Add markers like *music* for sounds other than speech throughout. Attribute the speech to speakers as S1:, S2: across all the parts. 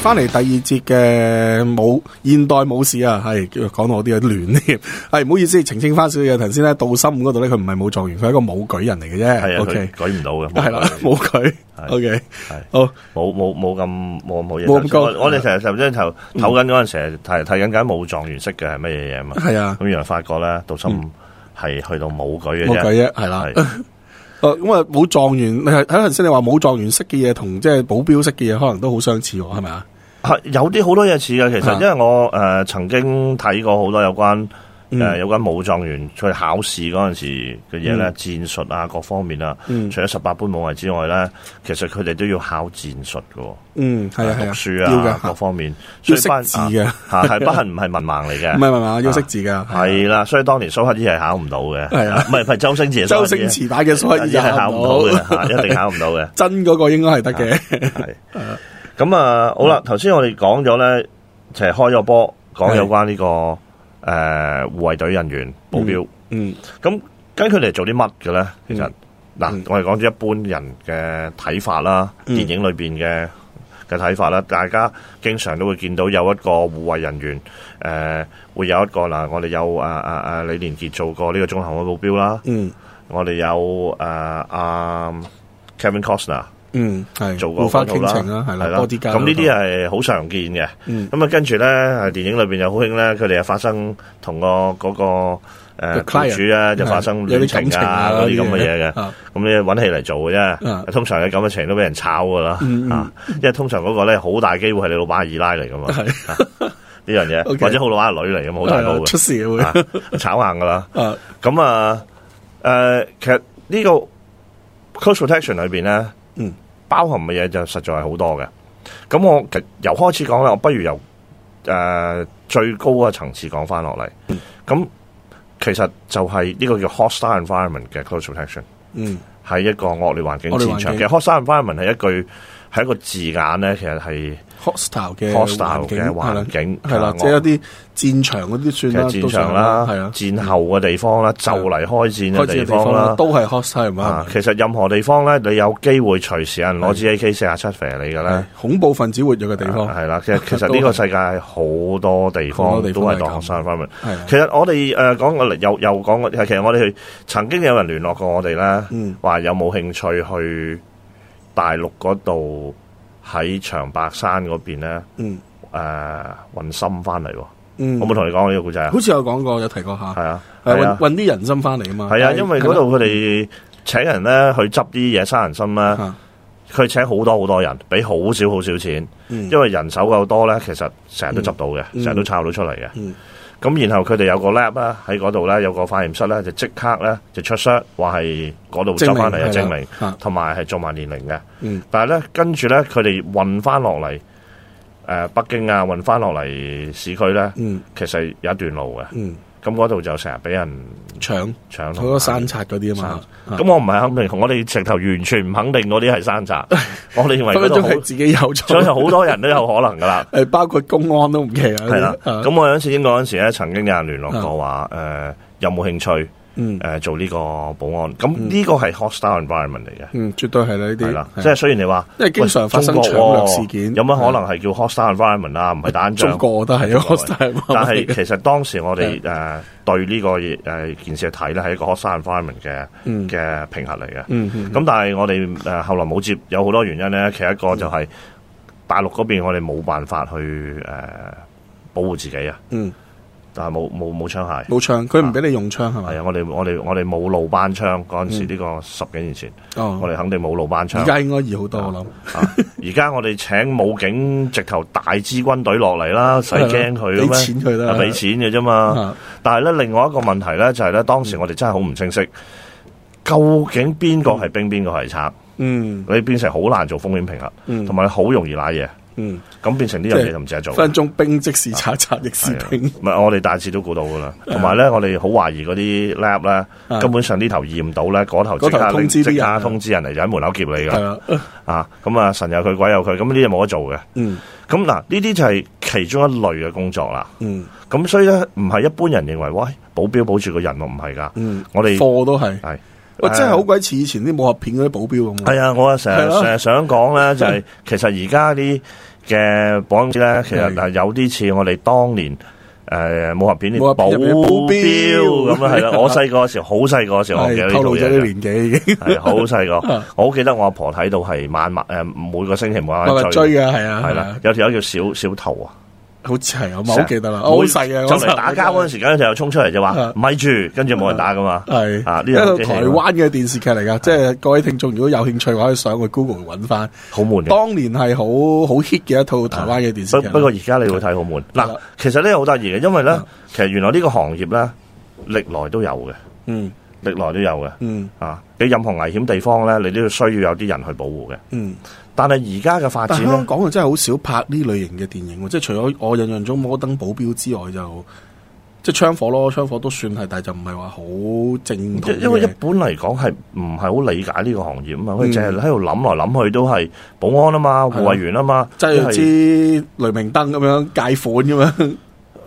S1: 翻嚟第二節嘅武現代武士啊，係講到我啲有啲亂添，係唔好意思，澄清翻少少嘢。頭先咧，杜心嗰度咧，佢唔係武狀元，佢係一個武舉人嚟嘅啫。
S2: *laughs* 係
S1: O
S2: 啊，
S1: K，
S2: 佢改唔到嘅，
S1: 係啦，武舉。
S2: 係
S1: O K，
S2: 係
S1: 好，
S2: 冇冇冇咁冇咁好嘢。
S1: 冇咁高嗯
S2: 我我哋成日頭先頭唞緊嗰陣時，睇睇緊間武狀元式嘅係乜嘢嘢
S1: *laughs*
S2: 嘛？
S1: 係啊，
S2: 咁原來發覺咧，杜心係去到武舉嘅
S1: 嗯武舉
S2: 啫。
S1: 啫，係啦。
S2: 係
S1: 哦咁啊，武狀元，你係睇頭先你話武狀元識嘅嘢同即係保鏢識嘅嘢，可能都好相似喎，係咪啊？
S2: 係有啲好多嘢似嘅，其實
S1: 啊
S2: 因為我誒曾經睇過好多有關
S1: 嗯
S2: 誒有關武狀元佢考試嗰陣時嘅嘢咧，
S1: 嗯
S2: 戰術啊各方面啊，
S1: 嗯
S2: 除咗十八般武藝之外咧，其實佢哋都要考戰術嘅喎。
S1: 嗯，係啊，係
S2: 讀
S1: 啊，
S2: 書
S1: 要
S2: 啊，各
S1: 嘅，
S2: 方面，
S1: 要
S2: 所以班
S1: 識字嘅
S2: 啊嚇係不幸唔係文盲嚟
S1: 唔係
S2: 嘅，
S1: 唔係唔係，要識字㗎。
S2: 係啦，所以當年蘇乞兒係考唔到嘅，
S1: 係啊
S2: 唔係唔係周星馳，
S1: 周星馳版嘅蘇乞兒就
S2: 係考
S1: 考
S2: 唔
S1: 唔
S2: 到
S1: 到，
S2: 嘅，嚇一定考唔到嘅
S1: *laughs* 真嗰個應該係得嘅。
S2: 係咁啊，好
S1: 嗯
S2: 啦，頭先我哋講咗咧，就係開咗波講有關呢呃個誒護衛隊人員保鏢，
S1: 嗯
S2: 咁跟佢哋做啲乜嘅咧？其實
S1: 嗯
S2: 嗱
S1: 嗯，
S2: 我哋講咗一般人嘅睇法啦，
S1: 嗯
S2: 電影裏邊嘅嘅睇法啦，大家經常都會見到有一個護衛人員，誒、會有一個嗱，我哋有啊啊啊李連杰做過呢個中後衞保鏢啦，
S1: 嗯
S2: 我哋有誒啊 Kevin Costner
S1: 嗯，係
S2: 做
S1: 護
S2: 過
S1: 花
S2: 嗰套
S1: 傾
S2: 啦，
S1: 情啦，係啦，啊多啲交
S2: 咁呢啲啊係好常見嘅。
S1: 嗯
S2: 咁啊，跟住咧，係電影裏邊又好興咧，佢哋又發生同個嗰個誒
S1: The client，
S2: 僱主咧，就發生
S1: 嗯有
S2: 戀
S1: 啲感
S2: 情
S1: 情
S2: 啊
S1: 啊
S2: 嗰啲咁嘅嘢嘅。
S1: 啊
S2: 咁你揾戲嚟做嘅
S1: 啊
S2: 啫。通常嘅咁嘅情形都俾人炒噶啦，
S1: 嗯嗯
S2: 啊，因為通常嗰個咧好大機會係你老闆二奶嚟噶
S1: *laughs*
S2: 嘛，啊呢樣嘢
S1: OK
S2: 或者好老闆係女嚟咁，好大
S1: 係
S2: 佬
S1: 啦出
S2: 嘅，
S1: 事嘅會
S2: 啊炒硬噶啦。
S1: 啊
S2: 咁啊，誒，其實呢個 cost protection 裏邊咧，
S1: 嗯，
S2: 包含嘅嘢就實在係好多嘅。咁我其實由開始講啦，我不如由誒、最高嘅層次講翻落嚟。
S1: 嗯
S2: 咁、其實就係呢個叫 hostile environment 嘅 close protection。
S1: 嗯
S2: 喺一個惡劣環境
S1: 惡劣
S2: 戰場。
S1: 環境
S2: 其實 hostile environment 係一句係一個字眼咧，其實係
S1: hostile 嘅
S2: hostile 嘅環
S1: 環境
S2: 境
S1: 係啦係啦，
S2: 啊
S1: 即係一啲戰場嗰啲
S2: 其
S1: 算啦，
S2: 實
S1: 都
S2: 戰
S1: 算
S2: 場啦、
S1: 係啊，
S2: 戰後嘅地方啦、就嚟開戰嘅
S1: 開始嘅
S2: 地
S1: 地方
S2: 方
S1: 啦
S2: 啦，。
S1: 都係 hostile
S2: 啊
S1: 嘛，，
S2: 其實任何地方咧，你有機會隨時有人攞支 AK 四廿七射你嘅
S1: 係
S2: 咧，
S1: 恐怖分子活躍嘅地方
S2: 係啦。其實其實呢個世界係好多地
S1: 好多
S2: 方
S1: 地
S2: 都
S1: 方
S2: 係
S1: 都係
S2: 當
S1: 咁
S2: hostile environment。
S1: 係啊
S2: 其實我哋誒講過嚟，又又講過，其實我哋去曾經有人聯絡過我哋啦，
S1: 嗯
S2: 話有冇興趣去大陸嗰度喺長白山嗰邊咧
S1: 嗯
S2: 誒運心翻嚟喎。
S1: 嗯，
S2: 我冇同你講過呢個故仔啊
S1: 好，似有講過有提過下，
S2: 係啊，
S1: 係
S2: 係啊
S1: 運，運啲人心翻嚟啊嘛，
S2: 係啊，
S1: 但
S2: 因為嗰度佢哋請人咧去執啲野生人參
S1: 係
S2: 咧，
S1: 啦
S2: 佢請好多好多人，俾好少好少錢，
S1: 嗯
S2: 因為人手夠多咧，其實成日都執到嘅，
S1: 嗯
S2: 成日都抄到出嚟嘅。
S1: 嗯
S2: 咁然後佢哋有個 lab 啦，喺嗰度咧有個化驗室咧，就即刻咧就出 shot 話係嗰度
S1: 證
S2: 執
S1: 明
S2: 翻嚟嘅
S1: 係
S2: 證
S1: 啦
S2: 明，
S1: 啊
S2: 同埋係做埋年齡嘅。
S1: 嗯
S2: 但係咧，跟住咧，佢哋運翻落嚟，誒、北京啊，運翻落嚟市區咧，
S1: 嗯
S2: 其實有一段路嘅。
S1: 嗯
S2: 咁嗰度就成日俾人
S1: 搶
S2: 搶
S1: 好多山賊嗰啲啊嘛，
S2: 咁我唔係肯定，我哋直頭完全唔肯定嗰啲係
S1: *laughs*
S2: 山賊。我哋認為
S1: 分
S2: 嗰
S1: 分
S2: 度
S1: 鐘
S2: 好
S1: 係，自己有
S2: 所以
S1: 錯，
S2: 好多人都有可能
S1: *laughs*
S2: 噶啦。
S1: 誒包括公安都唔奇啊，
S2: 係啦，
S1: 啊
S2: 咁我有一次英國嗰陣時咧，曾經有人聯絡過話，誒、有冇興趣誒、
S1: 嗯
S2: 做呢個保安？咁呢個係 hostile environment 嚟嘅，
S1: 嗯，絕對係啦呢
S2: 係
S1: 啲，
S2: 啦，
S1: 係
S2: 即係雖然你話，
S1: 因為經常發生
S2: 喂中國
S1: 搶
S2: 喎
S1: 掠事件
S2: 有乜可能係叫 hostile environment 啊？唔係打
S1: 中
S2: 仗，
S1: 國都係一個 hostile，
S2: *laughs* 但係其實當時我哋誒對呢個誒件事去睇咧，係一個 hostile environment 嘅
S1: 嗯
S2: 嘅平衡嚟嘅。
S1: 嗯嗯
S2: 咁但係我哋誒後來冇接，有好多原因咧。其實一個就
S1: 嗯
S2: 係大陸嗰邊，我哋冇辦法去誒保護自己啊，
S1: 嗯
S2: 但係冇冇冇槍械。
S1: 冇槍，佢唔俾你用槍係
S2: 係
S1: 咪？
S2: 啊，我哋我哋我哋冇路班槍嗰陣時，呢個十幾年前，我
S1: 哦，
S2: 哋肯定冇路班槍
S1: 嗯而。家應該易好多我諗，
S2: 啊而家我哋請武警直頭大支軍隊落嚟
S1: *laughs*
S2: 啦，使驚佢嘅咩？
S1: 俾錢佢啦
S2: 啊俾錢嘅啫嘛。
S1: 啊
S2: 但係咧，另外一個問題咧，就係咧，當時我哋真係好唔清晰，究竟邊個係兵，邊個係賊？
S1: 嗯
S2: 你變成好難做風險平衡，
S1: 嗯
S2: 同埋你好容易賴嘢，
S1: 嗯，
S2: 咁變成呢樣
S1: 即
S2: 嘢
S1: 係
S2: 就唔值得做
S1: 分。分鐘兵即是賊，賊亦是
S2: 係啊
S1: 兵，
S2: 唔係我哋大致都估到噶啦，同埋咧，我哋好懷疑嗰啲 lab 咧，
S1: 啊
S2: 根本上呢頭驗到咧，嗰頭即
S1: 嗰
S2: 刻
S1: 頭通知啲
S2: 即
S1: 人
S2: 刻
S1: 啊
S2: 通知人嚟就喺門口劫你
S1: 係
S2: 噶，
S1: 啦，
S2: 啊，咁啊神有佢鬼有佢，咁呢啲冇得做嘅。
S1: 嗯
S2: 咁嗱，呢啲就係其中一類嘅工作啦。
S1: 嗯
S2: 咁所以咧，唔係一般人認為，喂，保鏢保住個人喎，唔係噶，
S1: 嗯，
S2: 我哋
S1: 貨都係，
S2: 係啊
S1: 哇，真係好
S2: 誒
S1: 鬼似以前啲武俠片嗰啲保鏢咁喎。
S2: 係啊，我啊成
S1: 係
S2: 日
S1: 咯 *laughs*
S2: 成日想講咧，就係其實而家啲嘅保安咧，其實係有啲似我哋當年。誒武俠片啲
S1: 武
S2: 保
S1: 俠片入面嘅保鏢
S2: 鏢咁啊，
S1: *laughs*
S2: 係啦！我細個嗰時，好細個嗰時，我記
S1: 係
S2: 得呢套
S1: 透露咗
S2: 嘢
S1: 啲
S2: 嘅，
S1: 年紀已經，
S2: 係好細個
S1: *laughs* 啊。
S2: 我好記得我阿婆睇到係晚晚誒每個星期晚
S1: 咪
S2: 晚
S1: 咪
S2: 追
S1: 追，嘅係啊，
S2: 係
S1: 係
S2: 啦
S1: 啊，，
S2: 有條友叫小小頭啊，
S1: 好似係我唔係好記得啦，
S2: 成
S1: 我好細啊，
S2: 每
S1: 嗰陣
S2: 就嚟打交嗰陣時間就有衝出嚟就話
S1: 啊
S2: 咪住，跟住冇人打噶嘛。
S1: 系
S2: 啊呢
S1: 一
S2: 樣
S1: 套
S2: 幾
S1: 台
S2: 好
S1: 灣嘅電視劇嚟噶，即係各位聽眾如果有興趣嘅話，可以上去 Google 揾翻。
S2: 好悶嘅。
S1: 當年係好好 hit 嘅一套台灣嘅電視
S2: 不
S1: 劇。
S2: 不過而家你會睇好悶。
S1: 係
S2: 嗱
S1: 啦，
S2: 其實呢好得意嘅，因為咧
S1: 嗯，
S2: 其實原來呢個行業咧，歷來都有嘅，
S1: 嗯
S2: 歷來都有嘅。
S1: 嗯
S2: 啊，你任何危險地方咧，你都要需要有啲人去保護嘅。
S1: 嗯，
S2: 但係而家嘅發
S1: 但
S2: 展
S1: 香
S2: 咧，
S1: 港就真係好少拍呢類型嘅電影喎，即係除咗我印象中《摩登保鏢》之外就，即係槍火咯，槍火都算係，但係就唔係話好正統
S2: 因因為一
S1: 嘅。
S2: 般嚟講係唔係好理解呢個行業啊嘛，佢
S1: 嗯
S2: 淨係喺度諗來諗去都係保安啊嘛、護
S1: 係啊
S2: 衛員啊嘛，
S1: 即係
S2: 一係
S1: 支雷明燈咁樣戒款咁樣，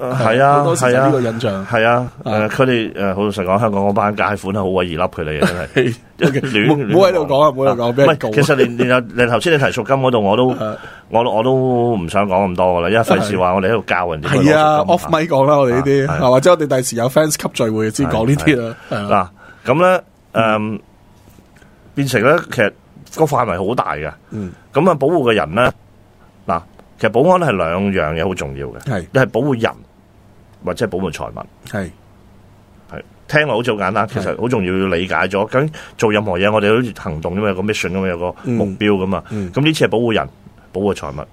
S2: 呃係啊
S1: *laughs* 好多時就
S2: 係
S1: 係呢個
S2: 啊
S1: 印象。
S2: 係啊，誒
S1: 啊
S2: 佢哋誒好老實講，香港嗰班街款係好鬼易笠佢哋嘅，真係。 *laughs*
S1: *laughs* OK，
S2: 亂
S1: 唔好
S2: 亂
S1: 唔好喺度講啊，唔好喺度講，俾
S2: 唔
S1: 人告
S2: 係，其
S1: *laughs*
S2: 實你你有你頭先你提贖金嗰度，我都
S1: 啊。
S2: 我我都唔想講咁多噶啦，因為費事話我哋喺度教人點去攞贖
S1: 系
S2: 金
S1: 啊，off 咪講啦，我哋呢啲，
S2: 啊係
S1: 係或者我哋第時有 fans 級聚會先講呢啲啦，係啦，
S2: 嗱，啊咁咧誒變成咧，其實個範圍好大嘅。
S1: 嗯，
S2: 咁啊，保護嘅人咧，嗱，其實保安係兩樣嘢好重要嘅，
S1: 啊係
S2: 一係保護人或者係保護財物。
S1: 係
S2: 聽落好似好簡單，
S1: 嗯
S2: 其實好重要要理解咗。究竟做任何嘢，我哋好似行動咁有個 mission 咁，有個目標咁啊。
S1: 嗯
S2: 咁呢次係保護人、保護財物。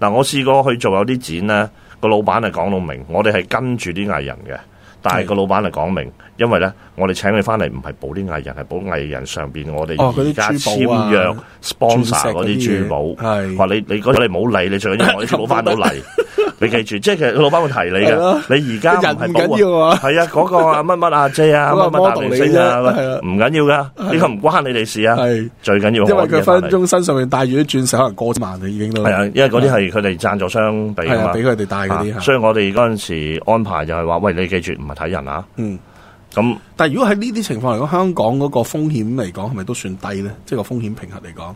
S2: 嗱，我試過去做有啲展咧，個老闆係講到明，我哋係跟住啲藝人嘅，但係
S1: 係
S2: 個老闆係講明，因為咧，我哋請你翻嚟唔係保啲藝人，係保藝人上邊我哋
S1: 哦嗰啲
S2: 而家
S1: 珠寶
S2: 簽
S1: 啊
S2: 約
S1: 鑽
S2: sponsor
S1: 石
S2: 嗰啲珠
S1: 嘢
S2: 寶。
S1: 係
S2: 話你你嗰啲你唔好理，你最緊要我呢次攞翻到
S1: *laughs*
S2: 嚟，你記住，即係其實個老闆會提你
S1: 係咯
S2: 嘅。你而家
S1: 人
S2: 唔係
S1: 唔
S2: 保護
S1: 緊要啊，
S2: 系啊，嗰、個啊乜乜阿姐啊，乜
S1: 嗰個
S2: 乜大明星啊，
S1: model 嚟啫係啊
S2: 唔緊要噶，呢個唔關你哋事啊，
S1: 係，
S2: 最緊要
S1: 因為佢分
S2: 啊係
S1: 鐘身上面帶住啲鑽石，可能過萬啦已經都
S2: 系啊，因為嗰啲係佢哋贊助商俾
S1: 係
S2: 噶
S1: 啊，
S2: 嘛
S1: 俾，佢哋帶嗰
S2: 啊
S1: 啲，
S2: 所以我哋嗰阵时安排就係話，喂，你記住唔係睇人啊，
S1: 嗯。
S2: 咁
S1: 但係如果喺呢啲情況嚟講，香港嗰個風險嚟講，係咪都算低咧？即係個風險平衡嚟
S2: *laughs*
S1: 講，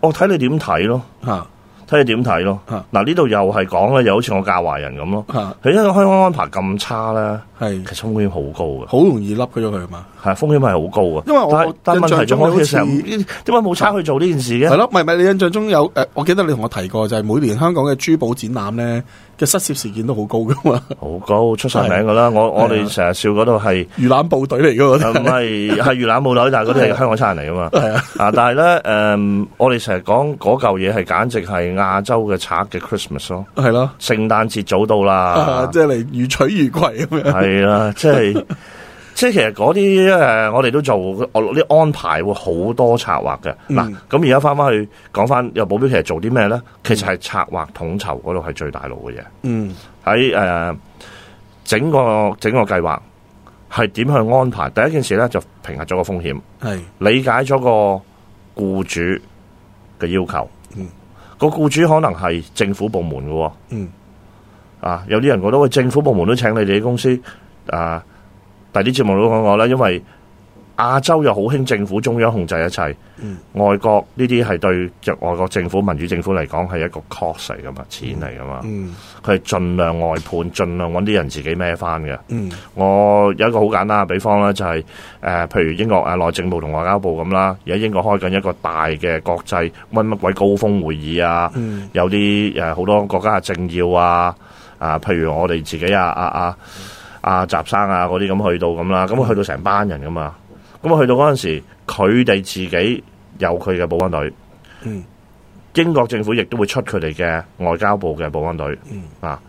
S2: 我哦睇你點睇咯，
S1: 嚇
S2: 睇你點睇咯。
S1: 啊
S2: 嗱呢度又係講咧，又好似我教壞人咁咯。
S1: 嚇
S2: 佢因為香港安排咁差咧，
S1: 係
S2: 其實風險好高嘅，
S1: 好容易笠咗佢啊嘛。
S2: 係風險係好高嘅。
S1: 因為我
S2: 但係但係
S1: 印
S2: 問
S1: 象
S2: 題
S1: 中
S2: 仲我
S1: 好
S2: 哋
S1: 似
S2: 成日點解冇差去做呢件事嘅
S1: 係？咯，唔係唔係，你印象中有誒、呃我記得你同我提過，就係、每年香港嘅珠寶展覽咧嘅失竊事件都好高噶嘛，
S2: 好高，出晒名噶啦！我我哋
S1: 係啊
S2: 成日笑嗰度係
S1: 魚腩部隊嚟噶
S2: 啊
S1: 嗰
S2: 唔
S1: *laughs*
S2: 係係魚腩冇女，但係嗰啲係香港差人嚟噶嘛。
S1: 啊啲，係啊，
S2: 啊，但係咧，誒、我哋成日講嗰嚿嘢係簡直係亞洲嘅賊嘅 Christmas 咯，
S1: *laughs* 係咯，
S2: 聖誕節早到
S1: 啊
S2: 啦
S1: 即，係嚟予取予攜 *laughs* 咁樣，
S2: 係啦，啊即係 *laughs* 即係其實嗰啲誒，我哋都做呃我啲安排會好多策劃嘅。嗱、
S1: 嗯
S2: 咁而家翻翻去講翻有保鏢，其實做啲咩咧？其實係策劃統籌嗰度係最大路嘅嘢。
S1: 嗯
S2: 喺誒、呃整個整個計劃係點去安排？第一件事咧就評核咗個風險，
S1: 係
S2: 理解咗個僱主嘅要求。
S1: 嗯，
S2: 個僱主可能係政府部門嘅喎。
S1: 嗯
S2: 啊，有啲人覺得喂，政府部門都請你哋啲公司啊，第啲節目都講過啦，因為亞洲又好興政府中央控制一切，
S1: 嗯
S2: 外國呢啲係對着外國政府民主政府嚟講係一個 cost 嚟噶嘛，錢嚟噶嘛。
S1: 嗯
S2: 佢係盡量外判，盡量揾啲人自己孭翻嘅。
S1: 嗯
S2: 我有一個好簡單嘅比方啦，就係、呃譬如英國啊內政部同外交部咁啦，而家英國開緊一個大嘅國際乜乜鬼高峰會議啊，
S1: 嗯
S2: 有啲誒好多國家嘅政要啊，啊譬如我哋自己啊啊啊啊習生啊嗰啲咁去到咁啦，咁去到成班人噶嘛，咁啊去到嗰陣時，佢哋自己有佢嘅保安隊。
S1: 嗯
S2: 英國政府亦都會出佢哋嘅外交部嘅保安隊，
S1: 嗯
S2: 啊，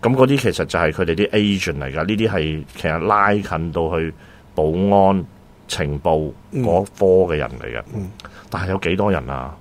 S2: 咁嗰啲其實就係佢哋啲 agent 嚟㗎，呢啲係其實拉近到去保安情報嗰科嘅人嚟嘅，
S1: 嗯
S2: 但係有幾多人啊？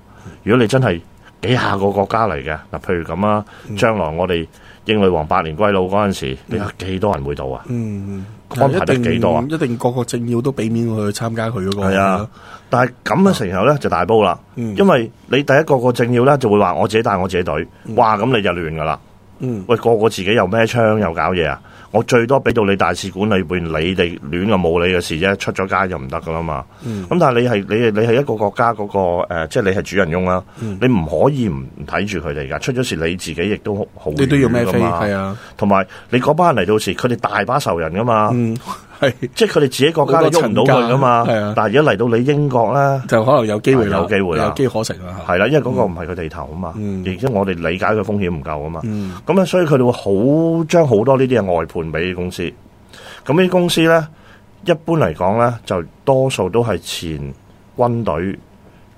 S2: 如果你真係幾下個國家嚟嘅，嗱，譬如咁啊，
S1: 嗯
S2: 將來我哋英女王百年歸老嗰陣時，你有幾多人會到啊？
S1: 嗯，
S2: 安排得幾多啊
S1: 一定一定個個政要都俾面我去參加佢嗰個，
S2: 係啊，但係咁嘅成候咧就大煲啦，
S1: 嗯，
S2: 嗯因為你第一個個政要咧就會話我自己帶我自己隊，哇咁你就亂㗎啦。
S1: 嗯
S2: 喂，個個自己又孭槍又搞嘢啊！我最多俾到你大使館裏邊，你哋亂嘅冇你嘅事啫，出咗街就唔得噶啦嘛。咁、
S1: 嗯
S2: 但係你係你係你係一個國家嗰、個、呃、即係你係主人翁啦，
S1: 嗯
S2: 你唔可以唔睇住佢哋噶。出咗事你自己亦都好好
S1: 你都要孭飛，
S2: 㗎嘛
S1: 係啊，
S2: 同埋你嗰班人嚟到時，佢哋大把仇人噶嘛，
S1: 嗯，係 *laughs*
S2: 即係佢哋自己國家
S1: 好
S2: 你
S1: 多
S2: 喐唔到
S1: 親
S2: 佢
S1: 家
S2: 噶嘛。
S1: 係啊
S2: 但係而家嚟到你英國咧。
S1: 就可能有機會啦
S2: 啊有機會啦
S1: 有機可乘啊啦，
S2: 係啦，因為嗰個唔係佢地頭啊嘛，
S1: 嗯
S2: 亦即係我哋理解佢風險唔夠啊嘛，
S1: 嗯
S2: 咁咧所以佢哋會好將好多呢啲嘢外判俾啲公司。咁呢啲公司咧，一般嚟講咧，就多數都係前軍隊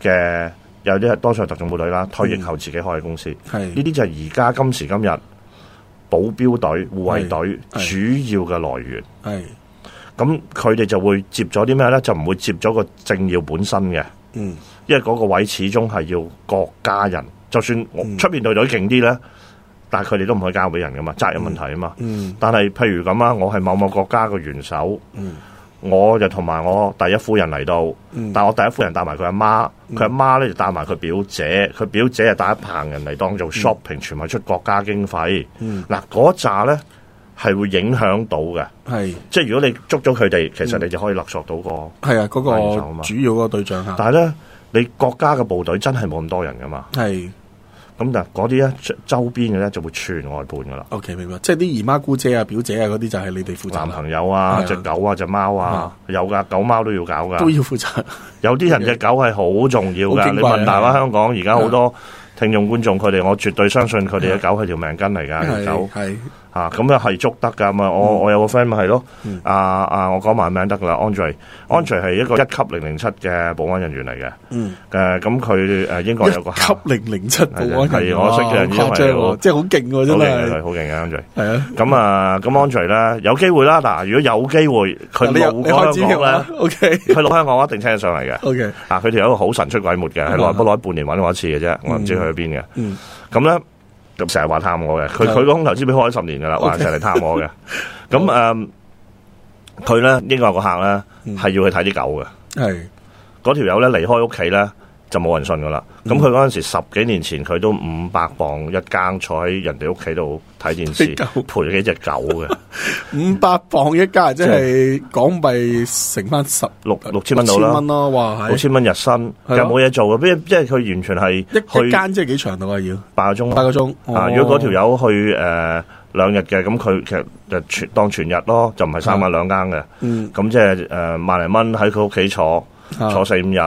S2: 嘅，有啲係多數係特種部隊啦，退役後自己開嘅公司。呢
S1: 係
S2: 啲就係而家今時今日保鏢隊、護衛隊主要嘅來源。
S1: 係
S2: 咁佢哋就會接咗啲咩咧？就唔會接咗個政要本身嘅。
S1: 嗯
S2: 因為嗰個位始終係要國家人，就算我
S1: 嗯
S2: 出面隊隊勁啲咧，但係佢哋都唔可以交俾人噶嘛，責任問題啊嘛。
S1: 嗯
S2: 但係譬如咁啊，我係某某國家嘅元首，
S1: 嗯
S2: 我就同埋我第一夫人嚟到，
S1: 嗯，
S2: 但我第一夫人帶埋佢阿媽，
S1: 嗯
S2: 佢阿媽咧就帶埋佢表姐，佢表姐就帶一棚人嚟當做 shopping，全部出國家經費。
S1: 嗯
S2: 嗱嗰扎咧係會影響到嘅，
S1: 係
S2: 即係如果你捉咗佢哋，其實
S1: 嗯
S2: 你就可以勒索到個。
S1: 係啊，嗰
S2: 係就嘛
S1: 個主要嗰個對象啊嚇，
S2: 但係咧，你國家嘅部隊真係冇咁多人噶嘛。
S1: 係
S2: 咁但係嗰啲咧周周邊嘅咧就會全外判噶啦，
S1: OK 明白，即係啲姨媽姑姐啊、表姐啊嗰啲就係你哋負責
S2: 男
S1: 啦，
S2: 朋友啊、
S1: 係啊
S2: 只狗啊、只貓啊，有噶狗貓都要搞噶
S1: 都。要負責，
S2: 有啲人只狗係好重要
S1: 好矜貴啊
S2: 噶，
S1: 啊
S2: 你問大灣香港而家好多聽眾觀眾佢哋，我絕對相信佢哋嘅狗係條命根嚟㗎，
S1: 係
S2: 條狗
S1: 係
S2: 嚇咁又係捉得㗎嘛。我我有個 friend 咪係咯
S1: 嗯，
S2: 啊啊我講埋名得㗎啦，Andre，Andre 係一個一級零零七嘅保安人員嚟嘅，
S1: 嗯。
S2: 誒咁佢誒英國有個
S1: 一級零零七保安人員
S2: 係我識嘅人因為
S1: 哇誇張
S2: 我
S1: 喎，即係好勁喎，
S2: 好
S1: 真
S2: 勁嘅佢，
S1: 係
S2: 好勁嘅 Andre。
S1: 係啊！
S2: 咁啊，咁 Andre 咧有機會啦。嗱，如果有機會，佢啊
S1: 你有
S2: 路
S1: 你
S2: 過
S1: 開啊
S2: 香港咧，
S1: O K
S2: 佢路香港我一定聽得上嚟嘅。
S1: O K，
S2: 啊，佢條友好神出鬼沒嘅，係耐不耐半年揾我一次嘅啫，我唔知去咗邊嘅。
S1: 啊嗯
S2: 咁咧咁成日話探我嘅，佢
S1: 係
S2: 佢個空頭支票開咗十年噶啦，話
S1: 啊 OK
S2: 成日嚟
S1: *laughs*
S2: 探我嘅。咁誒，佢咧英國有個客咧
S1: 嗯
S2: 係要去睇啲狗嘅，
S1: 係
S2: 嗰條友咧離開屋企咧。就冇人信噶啦，咁
S1: 嗯
S2: 佢嗰陣時十幾年前佢都五百磅一更坐喺人哋屋企度睇電視，
S1: 啲狗
S2: 陪幾隻狗嘅。
S1: 五百磅一家，即係港幣乘翻十
S2: 六六嗯千蚊到
S1: 呃六
S2: 啦
S1: 千，蚊咯，哇！
S2: 六
S1: 係
S2: 千蚊日薪，又
S1: 咯
S2: 冇嘢做嘅，即係佢完全係
S1: 一一
S2: 去
S1: 間即係幾長度啊？要
S2: 八個鐘
S1: 八個鐘
S2: 啊！
S1: 哦
S2: 如果嗰條友去誒兩日嘅，咁佢其實就全當全日咯，就唔係
S1: 啊
S2: 三晚兩更嘅，
S1: 嗯
S2: 咁即係誒萬零蚊喺佢屋企坐
S1: 啊
S2: 坐四五日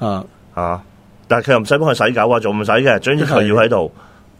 S1: 啊，
S2: 啊！但係佢又唔使幫佢洗狗啊，仲唔使嘅，總之佢
S1: 係
S2: 要喺度，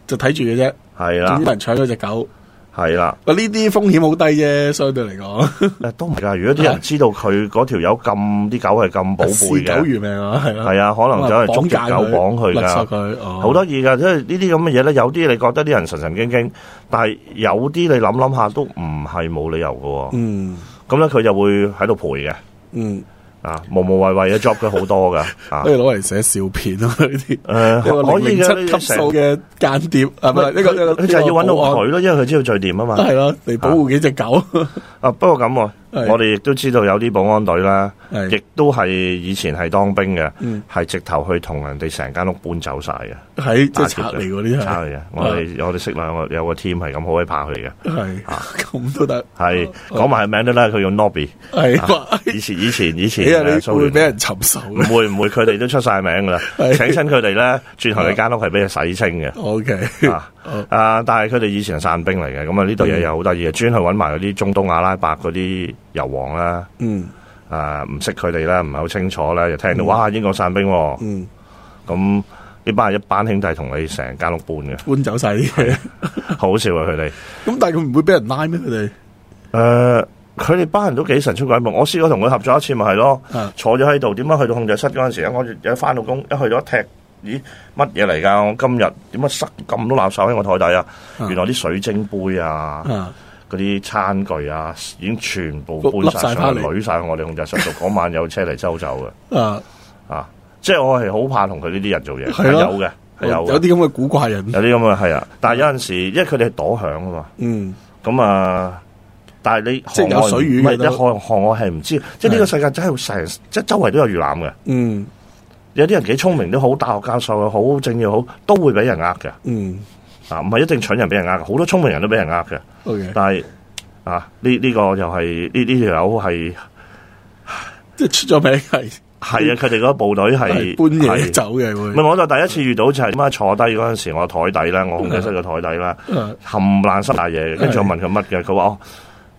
S1: 就睇住嘅啫，
S2: 係啊
S1: 總
S2: 啦
S1: 之，有人搶咗只狗。
S2: 係啦。
S1: 喂，呢啲風險好低啫，相對嚟講，
S2: 誒都唔係㗎，如果啲人知道佢嗰條友咁啲狗係咁寶貝
S1: 視狗
S2: 嘅，
S1: 如命啊，係啦，
S2: 係啊，可能走嚟捉
S1: 綁
S2: 只
S1: 架
S2: 狗
S1: 佢
S2: 綁佢
S1: 勒
S2: 㗎
S1: 索。佢，哦
S2: 好得意噶，即係呢啲咁嘅嘢咧，有啲你覺得啲人神神經經，但係有啲你諗諗下都唔係冇理由嘅喎。
S1: 嗯
S2: 咁咧佢就會喺度賠嘅，
S1: 嗯，
S2: 啊無無謂謂嘅 job 佢好多噶，
S1: *laughs*
S2: 啊
S1: 可以攞嚟寫笑片啊呢啲。
S2: 誒、
S1: 一個
S2: 可以
S1: 零
S2: 嘅，
S1: 七級
S2: 你
S1: 數
S2: 成
S1: 嘅間諜，啊唔係呢個呢個
S2: 佢就係要揾到
S1: 保安
S2: 佢咯，因為佢知道罪孽
S1: *laughs*
S2: 啊嘛。
S1: 係咯，嚟保護幾隻狗。
S2: 啊不過咁喎、
S1: 係
S2: 我哋亦都知道有啲保安隊啦，
S1: 係
S2: 亦都係以前係當兵嘅，
S1: 嗯
S2: 係直頭去同人哋成間屋搬走晒嘅，
S1: 喺即係賊嚟嗰啲
S2: 差
S1: 係啊
S2: 嚟嘅。我哋我哋識兩個有個 team 係咁好鬼怕佢嘅，
S1: 係
S2: 啊
S1: 咁都得
S2: 係
S1: 哦
S2: 講埋佢名都啦，佢用 Nobby。
S1: 係話
S2: 以前以前以前
S1: 你啊你
S2: 誒蘇
S1: 會
S2: 聯
S1: 俾人尋仇
S2: 唔會唔會，佢哋都出晒名噶啦。
S1: 係啊
S2: 請親佢哋咧，轉頭你間屋係俾佢洗清嘅。
S1: O K
S2: 啊啊！但係佢哋以前係散兵嚟嘅，咁啊呢度嘢又好得意嘅，專去揾埋嗰啲中東啊阿拉伯嗰啲油王啦，
S1: 嗯
S2: 啊唔識佢哋啦，唔係好清楚啦，又聽到哇英國散兵喎，
S1: 嗯
S2: 咁呢班係一班兄弟同你成間屋搬嘅，
S1: 搬走晒啲嘢，
S2: 好笑啊佢哋。
S1: 咁但係佢唔會俾人拉咩？佢哋
S2: 誒，佢哋班人都幾神出鬼沒，我試過同佢合作一次咪係咯
S1: 啊，
S2: 坐咗喺度，點解去到控制室嗰陣時咧，我一翻到工一去到一踢，咦乜嘢嚟㗎？我今日點解塞咁多垃圾喺我台底啊？
S1: 啊
S2: 原來啲水晶杯啊，
S1: 啊
S2: 嗰啲餐具啊，已經全部
S1: 笠
S2: 搬晒
S1: 晒
S2: 上
S1: 返
S2: 去，
S1: 嚟
S2: 攞晒去我哋控制室度。嗰晚有車嚟收走嘅，
S1: 啊
S2: 啊，即係我係好怕同佢呢啲人做嘢，係
S1: 係咯
S2: 有嘅，係有
S1: 哦有
S2: 嘅，
S1: 啲咁嘅古怪人，
S2: 有啲咁嘅係啊，但係有陣時，因為佢哋係躲響啊嘛。
S1: 嗯
S2: 咁啊，但係你
S1: 即係有
S2: 行外
S1: 水魚
S2: 唔係
S1: 嘅都
S2: 一行行外係唔知，即係呢個世界真係成即係周圍都有魚腩嘅。
S1: 嗯
S2: 有啲人幾聰明都好，大學教授又好，政要好，都會俾人呃嘅。
S1: 嗯
S2: 啊，唔係一定蠢人俾人呃嘅，好多聰明人都俾人呃嘅。
S1: ，OK，
S2: 但係啊，呢呢、個又係呢呢條友係
S1: 即系出咗名系
S2: 係啊，佢哋嗰個部隊係
S1: 系搬嘢
S2: 係
S1: 走嘅
S2: 唔係，
S1: 会，
S2: 我就第一次遇到就係點解坐低嗰陣時，我台底咧，我控制室個台底啦，
S1: 啊
S2: 冚爛濕大嘢嘅，跟住我問佢乜嘅，佢話哦，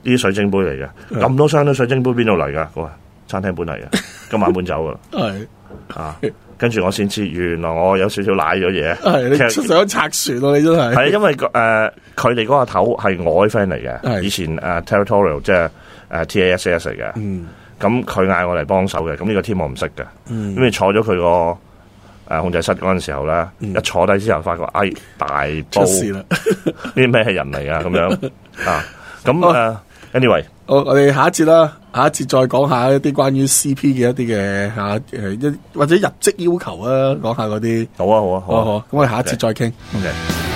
S2: 呢啲水晶杯嚟嘅，咁多箱都水晶杯邊度嚟㗎？我話餐廳搬嚟嘅，今晚搬走㗎啦，
S1: 系
S2: 啊，跟住我先知原來我有少少賴咗嘢，
S1: 系你
S2: 其實
S1: 出手拆船咯，你真 *laughs*
S2: 係啊
S1: 系
S2: 因為誒佢哋嗰個頭係我啲 friend 嚟
S1: 係
S2: 嘅，以前誒 territorial 即係呃誒 TASS 嚟嘅，
S1: 嗯
S2: 咁佢嗌我嚟幫手嘅，咁呢個 team 我唔識嘅。咁
S1: 嗯
S2: 你坐咗佢個誒控制室嗰陣時候咧，
S1: 嗯
S2: 一坐低之後發覺，哎，大煲
S1: 出事
S2: 呢
S1: 啦。
S2: 啲咩係人嚟啊？咁
S1: *laughs*
S2: 樣啊，咁
S1: 哦
S2: 誒、anyway，
S1: 好，我哋下一節啦，下一節再講下一啲關於 C.P. 嘅一啲嘅吓诶一或者入職要求啊，講下嗰啲。
S2: 好啊，好啊，好
S1: 哦好
S2: 啊
S1: 好，咁我哋下一節再傾。
S2: ，OK。